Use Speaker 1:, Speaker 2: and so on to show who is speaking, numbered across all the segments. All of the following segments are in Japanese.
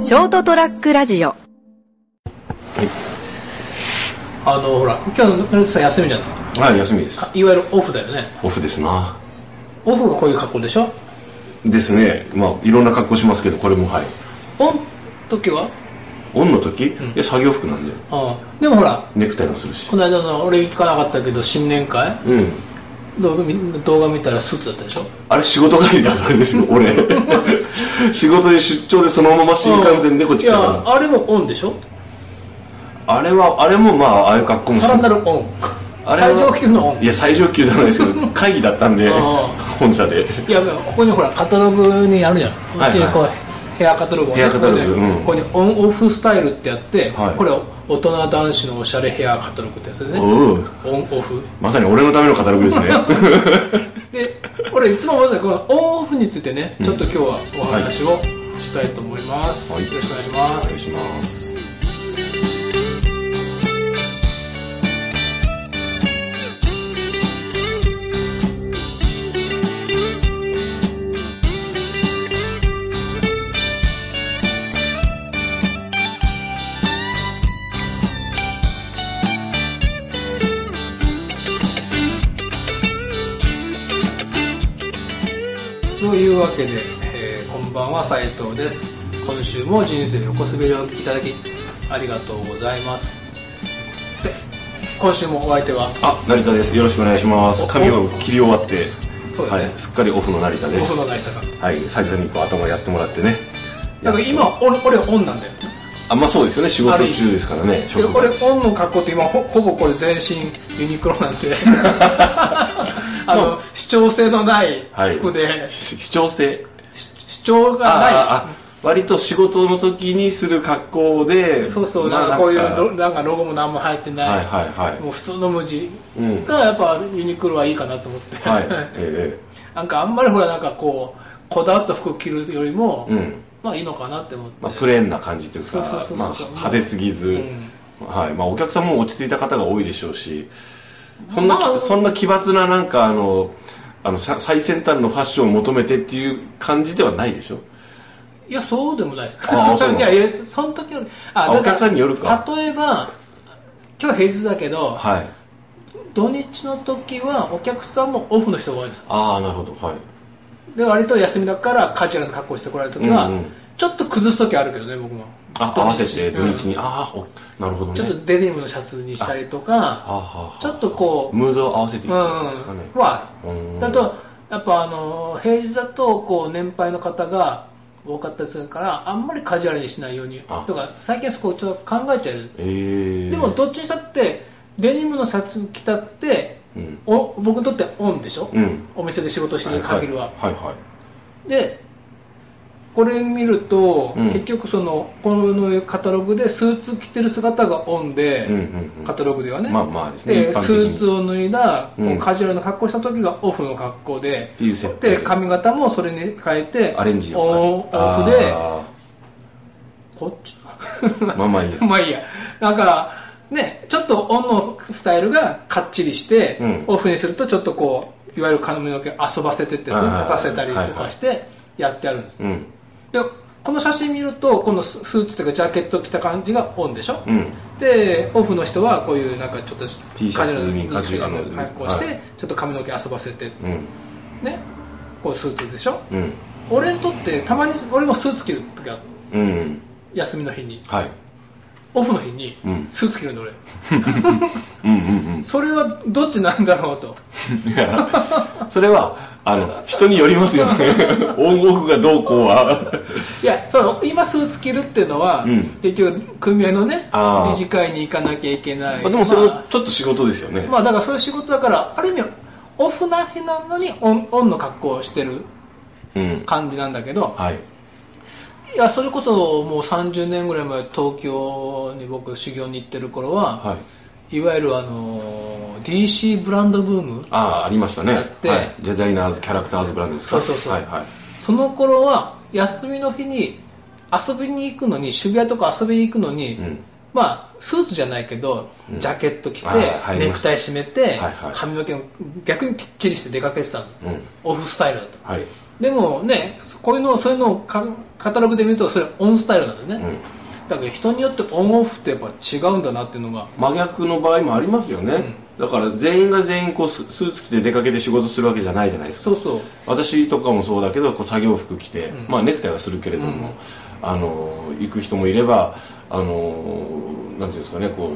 Speaker 1: ショートトラックラジオ
Speaker 2: あのほら今日のさん休みじゃない
Speaker 3: はい、休みです。
Speaker 2: いわゆるオフだよね
Speaker 3: オフですな。
Speaker 2: オフがこういう格好でしょ
Speaker 3: ですね。まあ、いろんな格好しますけど、これもはい。
Speaker 2: オン時は
Speaker 3: オンの時、いや、作業服なんだよ。
Speaker 2: ああでもほら
Speaker 3: ネクタイもするし
Speaker 2: こ。の間の俺行かなかったけど新年会
Speaker 3: うん。
Speaker 2: 動画見動画見たらスーツだったでしょ
Speaker 3: あれ、仕事帰りだからです よ、俺。仕事で出張でそのまま新幹線でこっち来た
Speaker 2: い
Speaker 3: か
Speaker 2: やあれもオンでしょ
Speaker 3: ら。あれは、あれもまあ、ああいう格好も
Speaker 2: さらなるオン
Speaker 3: あれは
Speaker 2: 最上級のオン
Speaker 3: いや、最上級じゃないですけ ど、会議だったんで、本社で。
Speaker 2: いやここにほらカタログにあるじゃん
Speaker 3: は
Speaker 2: う
Speaker 3: い
Speaker 2: ちにこうヘアカタログをね
Speaker 3: ヘアカタログ
Speaker 2: ここで
Speaker 3: うん
Speaker 2: ここにオンオフスタイルってやって、
Speaker 3: はい
Speaker 2: これ大人男子のおしゃれヘアカタログってやつでね
Speaker 3: おう
Speaker 2: オンオフ
Speaker 3: まさに俺のためのカタログ ですね。
Speaker 2: で俺いつも思うんだけどこのオンオフについてねちょっと今日はお話をしたいと思います、
Speaker 3: はい
Speaker 2: よろしくお願いしま
Speaker 3: お
Speaker 2: す、
Speaker 3: 願いします。
Speaker 2: というわけで、えーこんばんは斉藤です今週も人生横滑りをお聞きいただきありがとうございますで今週もお相手は
Speaker 3: あ、成田です。よろしくお願いします
Speaker 2: お。
Speaker 3: 髪を切り終わって、
Speaker 2: そうだね
Speaker 3: はい、すっかりオフの成田
Speaker 2: オ
Speaker 3: です
Speaker 2: フ。の成田さん
Speaker 3: はい、最初にこう頭やってもらってね。
Speaker 2: だから今俺俺オンなんだよ
Speaker 3: あ、まあそうですよね、仕事中ですからね、
Speaker 2: で
Speaker 3: 職場
Speaker 2: 俺オンの格好って今ほほぼこれ全身ユニクロなん であの主張性のない
Speaker 3: はい
Speaker 2: 服で、
Speaker 3: し主張性。
Speaker 2: し主張
Speaker 3: あ
Speaker 2: がない
Speaker 3: あ、あ、割と仕事の時にする格好で。
Speaker 2: そうそう、
Speaker 3: まあ
Speaker 2: なんかこういうロ
Speaker 3: なんか
Speaker 2: なんかロゴも何も入ってない、
Speaker 3: はいはいはい。
Speaker 2: もう普通の無地
Speaker 3: うん。
Speaker 2: がやっぱユニクロはいいかなと思って、
Speaker 3: はい。え
Speaker 2: なんかあんまりほらなんかこうこだわった服着るよりも、
Speaker 3: え。うん。
Speaker 2: まあいいのかなって思って、
Speaker 3: まあプレーンな感じというか
Speaker 2: そうそうそうそう、
Speaker 3: まあ派手すぎず。
Speaker 2: うん
Speaker 3: はい。まあお客さんも落ち着いた方が多いでしょうし。そんな、
Speaker 2: まあ
Speaker 3: そんな奇抜ななんかあの、あのさ最先端のファッションを求めてっていう感じではないでしょ
Speaker 2: いやそうでもないです
Speaker 3: ああそうな の
Speaker 2: いやいやその時はあ
Speaker 3: あお客さんによるか
Speaker 2: 例えば今日平日だけど、
Speaker 3: はい。
Speaker 2: 土日の時はお客さんもオフの人が多いんです
Speaker 3: ああ、なるほど。はい。
Speaker 2: で割と休みだからカジュアルな格好してこられる時は、
Speaker 3: うんうん
Speaker 2: ちょっと崩す時あるけどね僕も
Speaker 3: あ合わせて土
Speaker 2: うん
Speaker 3: 日に、ああおなるほどね
Speaker 2: ちょっとデニムのシャツにしたりとか
Speaker 3: はあはあ
Speaker 2: ちょっとこう
Speaker 3: ムードを合わせていく
Speaker 2: うん
Speaker 3: んですかね、
Speaker 2: はある
Speaker 3: うん
Speaker 2: だとやっぱあの平日だとこう年配の方が多かったりするからあんまりカジュアルにしないように
Speaker 3: あ
Speaker 2: とか最近はそこをちょっと考えちゃう
Speaker 3: えー、
Speaker 2: でもどっちにしたってデニムのシャツ着たって
Speaker 3: うん
Speaker 2: お僕にとってオンでしょ、
Speaker 3: うん
Speaker 2: お店で仕事してる限りは、
Speaker 3: はいはい、はいはい
Speaker 2: でこれ見ると、
Speaker 3: うん
Speaker 2: 結局そのこのカタログでスーツ着てる姿がオンで、
Speaker 3: うんうんうん
Speaker 2: カタログではね、
Speaker 3: まあまあですね
Speaker 2: で
Speaker 3: 一般
Speaker 2: ス
Speaker 3: 的に
Speaker 2: ーツを脱いだ、こう
Speaker 3: うん
Speaker 2: カジュアルな格好した時がオフの格好で
Speaker 3: っていう設定
Speaker 2: で髪型もそれに変えて
Speaker 3: アレンジ
Speaker 2: オンオ
Speaker 3: あ
Speaker 2: フで
Speaker 3: ー
Speaker 2: こっち
Speaker 3: まあまあいいや
Speaker 2: まあいいやだからねちょっとオンのスタイルがかっちりして、
Speaker 3: うん
Speaker 2: オフにするとちょっとこういわゆる髪の毛遊ばせてって
Speaker 3: はいはいはい
Speaker 2: 立たせたりとかしてやってあるんです、
Speaker 3: うん
Speaker 2: でこの写真見るとこのススーツというかジャケット着た感じがオンでしょ、
Speaker 3: うん
Speaker 2: でオフの人はこういうなんかちょっと
Speaker 3: T シャツに
Speaker 2: カジュアル
Speaker 3: カジュアル
Speaker 2: な
Speaker 3: な
Speaker 2: 格好して、
Speaker 3: はい
Speaker 2: ちょっと髪の毛遊ばせて
Speaker 3: うん
Speaker 2: ねこうスーツでしょ
Speaker 3: うん
Speaker 2: 俺にとってたまに俺もスーツ着る時は
Speaker 3: うん
Speaker 2: 休みの日に
Speaker 3: はい
Speaker 2: オフの日に
Speaker 3: うん
Speaker 2: スーツ着るんで俺、
Speaker 3: うんうん
Speaker 2: それはどっちなんだろうと
Speaker 3: うんいやそれはあの人によりま すよねオンオフがどうこうはい
Speaker 2: やその今スーツ着るっていうのは、
Speaker 3: うん
Speaker 2: 結局組合のね
Speaker 3: あー
Speaker 2: 理事会に行かなきゃいけない、
Speaker 3: まあでもそれ
Speaker 2: ま
Speaker 3: も
Speaker 2: あ
Speaker 3: ちょっと仕事ですよね、
Speaker 2: まあだからそういう仕事だからある意味オフな日なのにオンオンの格好をしてる
Speaker 3: うん
Speaker 2: 感じなんだけど
Speaker 3: はい
Speaker 2: いやそれこそもう30年ぐらい前東京に僕修行に行ってる頃は、
Speaker 3: はい
Speaker 2: い、わゆるあのー DC ブランドブーム
Speaker 3: ああありましたね
Speaker 2: やって
Speaker 3: はい、デザイナーズキャラクターズブランドです
Speaker 2: そ
Speaker 3: か
Speaker 2: うそうそう、
Speaker 3: はいはい
Speaker 2: その頃は休みの日に遊びに行くのに渋谷とか遊びに行くのに、
Speaker 3: ん
Speaker 2: まあスーツじゃないけど、ジャケット着て
Speaker 3: あー入
Speaker 2: ネ
Speaker 3: りま
Speaker 2: ク
Speaker 3: し
Speaker 2: タイ締めて、
Speaker 3: はいはい
Speaker 2: 髪の毛を逆にきっちりして出かけてたの、
Speaker 3: うん
Speaker 2: オフスタイルだった
Speaker 3: はい
Speaker 2: でもねこういうのそういうのをカカタログで見るとそれオンスタイルなんでね、
Speaker 3: うん
Speaker 2: だけど人によってオンオフってやっぱ違うんだなっていうのが
Speaker 3: 真逆の場合もありますよね、だから全員が全員こうススーツ着て出かけて仕事するわけじゃないじゃないですか
Speaker 2: そうそう
Speaker 3: 私とかもそうだけどこう作業服着て、
Speaker 2: ん
Speaker 3: まあ、ネクタイはするけれども、あの行く人もいればあのなんていうんですかねこ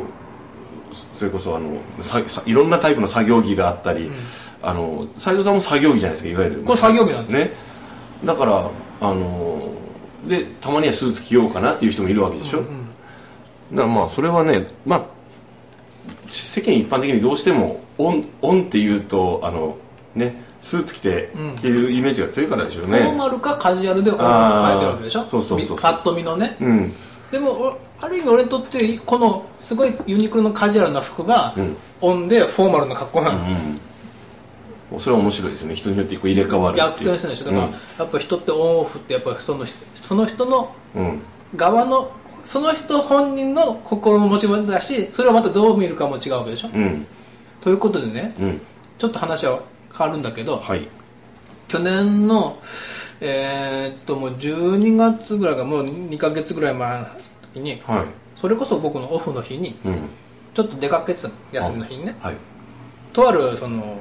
Speaker 3: うそそれこそあのささいろんなタイプの作業着があったり、あの斉藤さんも作業着じゃないですかいわゆる
Speaker 2: これ作業着なんで
Speaker 3: ねだからあのでたまにはスーツ着ようかなっていう人もいるわけでしょ、だからまあそれはねまあ世間一般的にどうしてもオンオンっていうとあのねスーツ着て
Speaker 2: うん
Speaker 3: っていうイメージが強いからでしょう
Speaker 2: フォー
Speaker 3: ね
Speaker 2: マルかカジュアルでオンオフ変えてるわけでし
Speaker 3: あ
Speaker 2: ょ
Speaker 3: ーそうそうそうそう
Speaker 2: みパッと見のね
Speaker 3: うん
Speaker 2: でもおある意味俺にとってこのすごいユニクロのカジュアルな服が
Speaker 3: うん
Speaker 2: オンでフォーマルな格好なの、
Speaker 3: うんそれは面白いですね人によってこう入れ替わる
Speaker 2: 逆
Speaker 3: っていう
Speaker 2: 転するでしょだから、やっぱ人ってオンオフってやっぱその人その人の
Speaker 3: うん、うん
Speaker 2: 側のその人本人の心の持ち物だしそれをまたどう見るかも違うわけでしょ、
Speaker 3: うん
Speaker 2: ということでね
Speaker 3: うん
Speaker 2: ちょっと話は変わるんだけど、
Speaker 3: はい
Speaker 2: 去年のえーっともう12月ぐらいがもう2ヶ月ぐらい前の時に
Speaker 3: は
Speaker 2: それこそ僕のオフの日に
Speaker 3: いうん
Speaker 2: ちょっと出かけてたの休みの日にね
Speaker 3: はい
Speaker 2: とあるその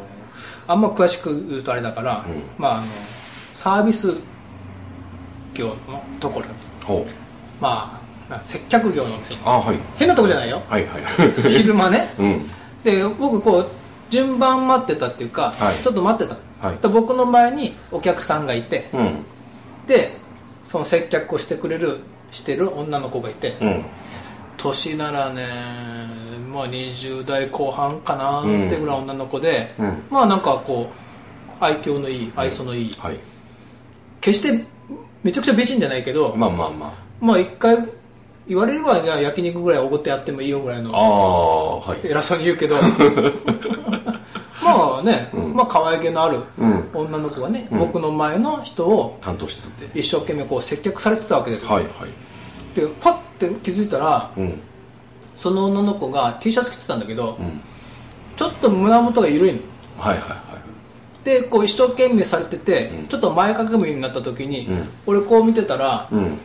Speaker 2: あんま詳しく言うとあれだから、
Speaker 3: うん
Speaker 2: まああのサービス業のところ
Speaker 3: ほう
Speaker 2: まあな接客業の店
Speaker 3: あはい
Speaker 2: 変なとこじゃない よ
Speaker 3: はいはい
Speaker 2: 昼間ね
Speaker 3: うん
Speaker 2: で僕こう順番待ってたっていうか、
Speaker 3: はい
Speaker 2: ちょっと待ってた、
Speaker 3: はい
Speaker 2: で僕の前にお客さんがいて、
Speaker 3: うん
Speaker 2: でその接客をしてくれるしてる女の子がいて、
Speaker 3: うん
Speaker 2: 年ならねまあ20代後半かな
Speaker 3: うん
Speaker 2: ってぐらいの女の子で、
Speaker 3: うん
Speaker 2: まあなんかこう愛嬌のいい愛想のいい、
Speaker 3: はい
Speaker 2: 決してめちゃくちゃ美人じゃないけど、
Speaker 3: まあまあま
Speaker 2: まあ一回言われればいや焼肉ぐらいおごってやってもいいよぐらい
Speaker 3: ああ
Speaker 2: の
Speaker 3: あはい
Speaker 2: 偉そうに言うけ どまあね、まあ可愛げのある
Speaker 3: うん
Speaker 2: 女の子がね、僕の前の人を
Speaker 3: 担当してたって
Speaker 2: 一生懸命こう接客されてたわけですよ、
Speaker 3: はいはい
Speaker 2: でパッて気づいたら
Speaker 3: うん
Speaker 2: その女の子が T シャツ着てたんだけど、
Speaker 3: うん
Speaker 2: ちょっと胸元が緩いの
Speaker 3: はいはいはい
Speaker 2: でこう一生懸命されてて、
Speaker 3: うん
Speaker 2: ちょっと前かがみになった時に、
Speaker 3: うん
Speaker 2: 俺こう見てたら
Speaker 3: うん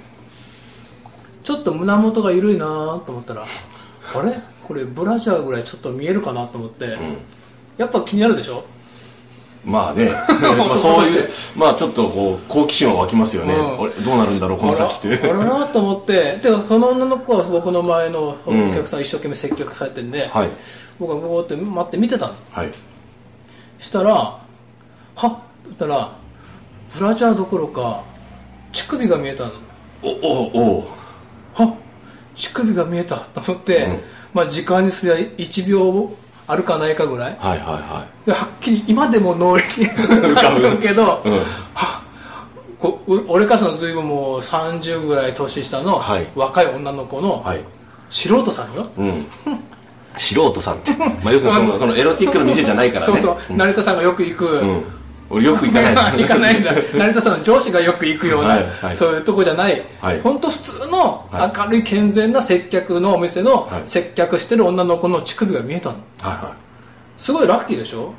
Speaker 2: ちょっと胸元が緩いなと思ったらあれこれブラジャーぐらいちょっと見えるかなと思って、
Speaker 3: ん
Speaker 2: やっぱ気になるでしょ、
Speaker 3: まあ ね、まあそういう、まあちょっとこう好奇心は湧きますよね。
Speaker 2: うん
Speaker 3: 俺どうなるんだろうこの先って。
Speaker 2: あらあらなと思ってでその女の子は僕の前のお客さん一生懸命接客されてるんで、
Speaker 3: はい
Speaker 2: 僕はこうやって待って見てたの
Speaker 3: はい。
Speaker 2: したらはっって言ったらブラジャーどころか乳首が見えたの
Speaker 3: おおお。
Speaker 2: はっ乳首が見えたと思って、
Speaker 3: うん
Speaker 2: まあ時間にすりゃ1秒あるかないかぐらい
Speaker 3: はいはいは
Speaker 2: ではっきり今でも脳裏に浮かぶけど、
Speaker 3: い。うん。
Speaker 2: こう俺からその随分もう30ぐらい年下の
Speaker 3: はい
Speaker 2: 若い女の子の
Speaker 3: はい。
Speaker 2: 素人さんよ、
Speaker 3: うん。 素人さんって、まあ要するにそのそのエロティックの店じゃないからね。
Speaker 2: そうそう、成田さんがよく行く、
Speaker 3: うん。うん。俺よ く行かない。
Speaker 2: 行かないんだ成田さんの上司がよく行くような、
Speaker 3: はいはい
Speaker 2: そういうとこじゃない、
Speaker 3: はい
Speaker 2: 本当普通の
Speaker 3: は
Speaker 2: 明るい健全な接客のお店の
Speaker 3: はい
Speaker 2: 接客してる女の子の乳首が見えたの
Speaker 3: はいは
Speaker 2: すごいラッキーでしょ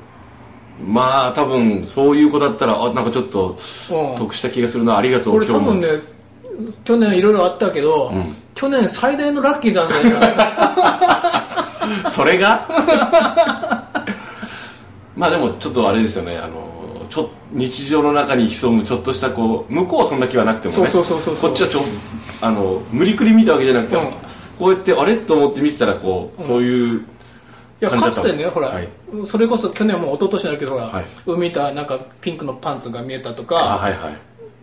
Speaker 3: い。まあ多分そういう子だったらあなんかちょっと
Speaker 2: うん
Speaker 3: 得した気がするなありがとう。
Speaker 2: 俺多
Speaker 3: 今日も
Speaker 2: 分ね去年いろいろあったけど、
Speaker 3: ん
Speaker 2: 去年最大のラッキーだね
Speaker 3: それが まあでもちょっとあれですよねあのちょ日常の中に潜むちょっとしたこう向こうはそんな気はなくてもね
Speaker 2: そうそうそうそうそう
Speaker 3: こっちはちょあの無理くり見たわけじゃなくても、
Speaker 2: うん
Speaker 3: こうやってあれと思って見てたらこう、そういう
Speaker 2: いや
Speaker 3: 感じ
Speaker 2: か
Speaker 3: だった
Speaker 2: つてねほら、
Speaker 3: はい
Speaker 2: それこそ去年も一昨年になるけどほら、
Speaker 3: はい
Speaker 2: 海たなんかピンクのパンツが見えたと
Speaker 3: あ
Speaker 2: か
Speaker 3: はいはい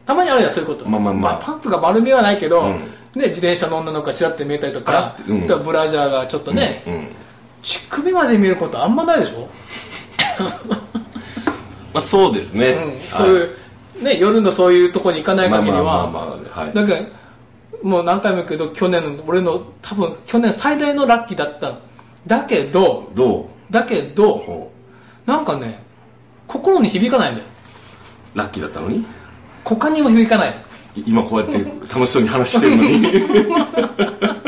Speaker 2: たまにあるじゃんそういうこと、
Speaker 3: まあまあまあ
Speaker 2: パンツが丸見えはないけど、
Speaker 3: うん
Speaker 2: ね、自転車の女の子がちらって見えたりと
Speaker 3: あらっ
Speaker 2: か
Speaker 3: て、うん
Speaker 2: あとはブラジャーがちょっとね、
Speaker 3: うんうん
Speaker 2: 乳首まで見えることあんまないでしょ、
Speaker 3: まあ、そうですね、
Speaker 2: うんそういう、ね、夜のそういうとこに行かない
Speaker 3: まあ
Speaker 2: 限り
Speaker 3: まあまあ
Speaker 2: は、
Speaker 3: まあ、はい、
Speaker 2: だけどもう何回も言うけど去年の俺の多分去年最大のラッキーだったのだけど
Speaker 3: どう
Speaker 2: だけど
Speaker 3: こ
Speaker 2: なんかね心に響かないんだよ
Speaker 3: うラッキーだったのに
Speaker 2: 股間にも響かない
Speaker 3: い今こうやって楽しそうに話してるのに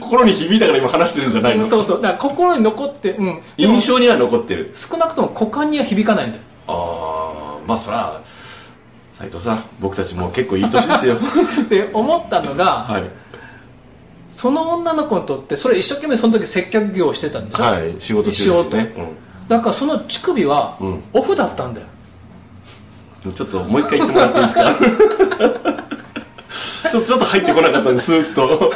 Speaker 3: 心に響いたから今話してるんじゃないの
Speaker 2: そうそうだから心に残ってうんでも
Speaker 3: 印象には残ってる
Speaker 2: 少なくとも股間には響かないんだよ
Speaker 3: ああまあそら斉藤さん僕たちもう結構いい 年ですよ
Speaker 2: で思ったのが、
Speaker 3: はい
Speaker 2: その女の子にとってそれ一生懸命その時接客業をしてたんでしょ、
Speaker 3: はい仕事中ですよね、
Speaker 2: だからその乳首は
Speaker 3: うん
Speaker 2: オフだったんだよ、
Speaker 3: うん、ちょっともう一回言ってもらっていいですか ちょちょっと入ってこなかったんですーっと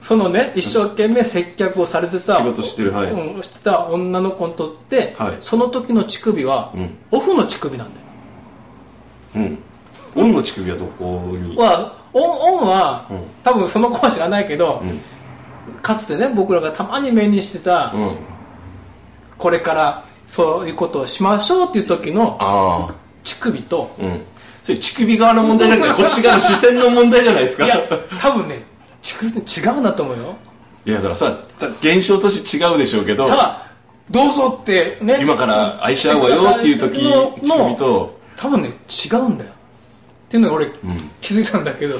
Speaker 2: そのね一生懸命接客をされてた
Speaker 3: 仕事してるはい
Speaker 2: うん、してた女の子にとって、
Speaker 3: はい
Speaker 2: その時の乳首は、
Speaker 3: うん
Speaker 2: オフの乳首なんだよ
Speaker 3: うんオンの乳首はどこに
Speaker 2: はオンオンは、
Speaker 3: うん
Speaker 2: 多分その子は知らないけど、
Speaker 3: ん
Speaker 2: かつてね僕らがたまに目にしてた、
Speaker 3: うん
Speaker 2: これからそういうことをしましょうっていう時の
Speaker 3: ああ
Speaker 2: 乳首と
Speaker 3: うんそれ乳首側の問題 じゃなくてこっち側の視線の問題じゃないですか
Speaker 2: いや多分ね乳首違うんだと思うよ
Speaker 3: いやそれはさ現象として違うでしょうけど
Speaker 2: さあどうぞってね
Speaker 3: 今から愛し合うわよっていう 時
Speaker 2: の
Speaker 3: 乳首と
Speaker 2: 多分ね違うんだよっていうのが俺、気づいたんだけど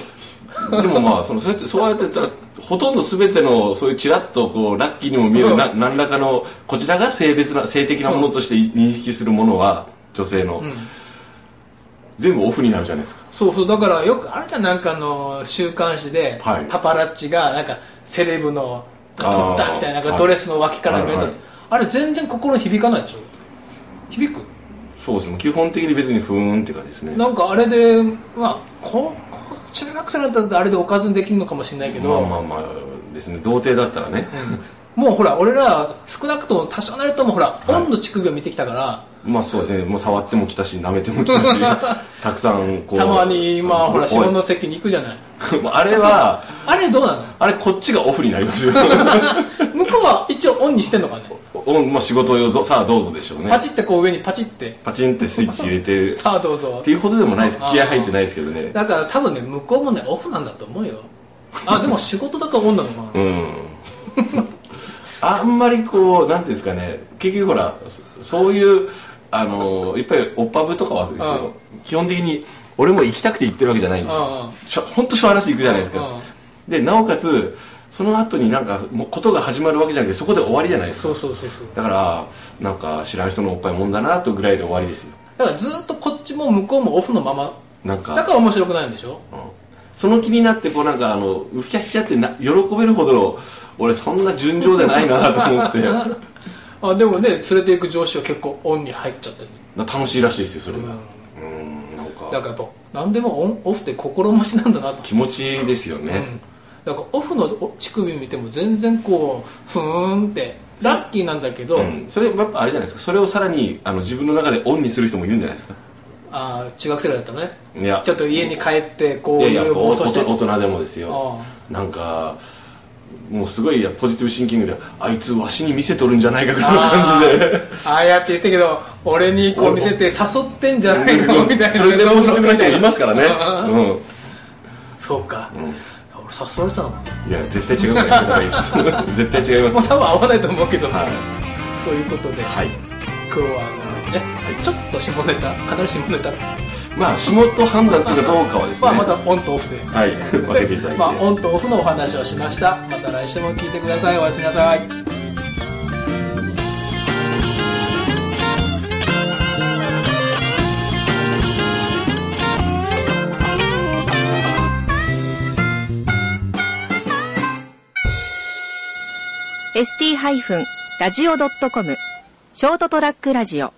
Speaker 3: でもまあそのそうやってそうやってたらほとんど全てのそういうちらっとこうラッキーにも見えるな何らかのこちらが性別な性的なものとして認識するものは女性の、全部オフになるじゃないですか
Speaker 2: そうそうだからよくあるじゃんなんかあの週刊誌で、
Speaker 3: はい
Speaker 2: パパラッチがなんかセレブの
Speaker 3: あー
Speaker 2: 撮ったみたいななん
Speaker 3: は
Speaker 2: か
Speaker 3: い
Speaker 2: ドレスの脇から見えた、
Speaker 3: はいはい
Speaker 2: あれ全然心に響かないでしょ響く
Speaker 3: そうですね基本的に別にふーんって感じですね
Speaker 2: なんかあれでまあ高校中学生だったらあれでおかずにできるのかもしれないけ
Speaker 3: ま
Speaker 2: ど、
Speaker 3: あまあまあですね童貞だったらね
Speaker 2: もうほら俺ら少なくとも多少なりともほら、オンの乳首を見てきたから
Speaker 3: まあそうですねもう触っても来たし舐めても来 たしたくさんこう
Speaker 2: たまにまあほら
Speaker 3: おい
Speaker 2: 下の席に行くじゃない
Speaker 3: あれは
Speaker 2: あれどうなの
Speaker 3: あれこっちがオフになり ますよ
Speaker 2: 向こうは一応オンにしてんの かね
Speaker 3: おまあ仕事用どさあどうぞでしょうね
Speaker 2: パチってこう上にパチって
Speaker 3: パチンってスイッチ入れて
Speaker 2: さあどうぞ
Speaker 3: っていうほどでもないです
Speaker 2: あー
Speaker 3: 気合入ってないですけどね
Speaker 2: だから多分ね向こうもねオフなんだと思うよあでも仕事だからオンなのかな、
Speaker 3: うんあんまりこうなんていうんですかね結局ほらそそういうあのいっぱいおっぱぶとかはですよ基本的に俺も行きたくて行ってるわけじゃないんです
Speaker 2: うんうん
Speaker 3: よしょほんとしょうがなしに行くじゃないです
Speaker 2: うんう
Speaker 3: か
Speaker 2: ん
Speaker 3: でなおかつその後になんかもうことが始まるわけじゃなくてそこで終わりじゃないです
Speaker 2: そう
Speaker 3: か
Speaker 2: そうそうそう
Speaker 3: だからなんか知らん人のおっぱいもんだなとぐらいで終わりですよ
Speaker 2: だからずっとこっちも向こうもオフのまま
Speaker 3: なんか
Speaker 2: だから面白くないんでしょ
Speaker 3: その気になってこうなんかあのうひゃひゃってな喜べるほどの俺そんな純情じゃないなと思っ てな
Speaker 2: あでもね連れていく上司は結構オンに入っちゃってる、
Speaker 3: 楽しいらしいですよそれが
Speaker 2: う
Speaker 3: うんなん
Speaker 2: ん、だ
Speaker 3: か
Speaker 2: からやっぱ何でもオンオフって心持ちなんだなと、
Speaker 3: 気持ちいいですよ
Speaker 2: う
Speaker 3: ね、
Speaker 2: ん、だからオフのお乳首見ても全然こうふーんってラッキーなんだけど、
Speaker 3: うんそれやっぱあれじゃないですかそれをさらにあの自分の中でオンにする人もいるんじゃないですか
Speaker 2: あー中学生ぐらいだったらね
Speaker 3: いや
Speaker 2: ちょっと家に帰ってこう
Speaker 3: いやい
Speaker 2: い
Speaker 3: や
Speaker 2: ろいろ
Speaker 3: こう
Speaker 2: 妄想して
Speaker 3: 大人大人でもですよ
Speaker 2: あ
Speaker 3: なんかもうすごいポジティブシンキングであいつわしに見せとるんじゃないかぐらいの感じで
Speaker 2: あ あやって言ったけど俺にこう見せて誘ってんじゃないのみたいな
Speaker 3: それでポジティブな人もいますからね
Speaker 2: うん
Speaker 3: うん
Speaker 2: そうか、俺誘われてたのかない
Speaker 3: や絶対違うからやめた方がいいで す絶対違います
Speaker 2: もう多分合わないと思うけど、
Speaker 3: はい
Speaker 2: ということで、
Speaker 3: はい
Speaker 2: 今日はあのね、ちょっと下ネタかなり下ネタ
Speaker 3: まあ仕事判断するかどうかはですね
Speaker 2: まあまたオンとオフで、
Speaker 3: はい分けていただいて、
Speaker 2: まあ、オンとオフのお話をしましたまた来週も聞いてくださいおやすみなさい
Speaker 1: ST-radio.com ショートトラックラジオ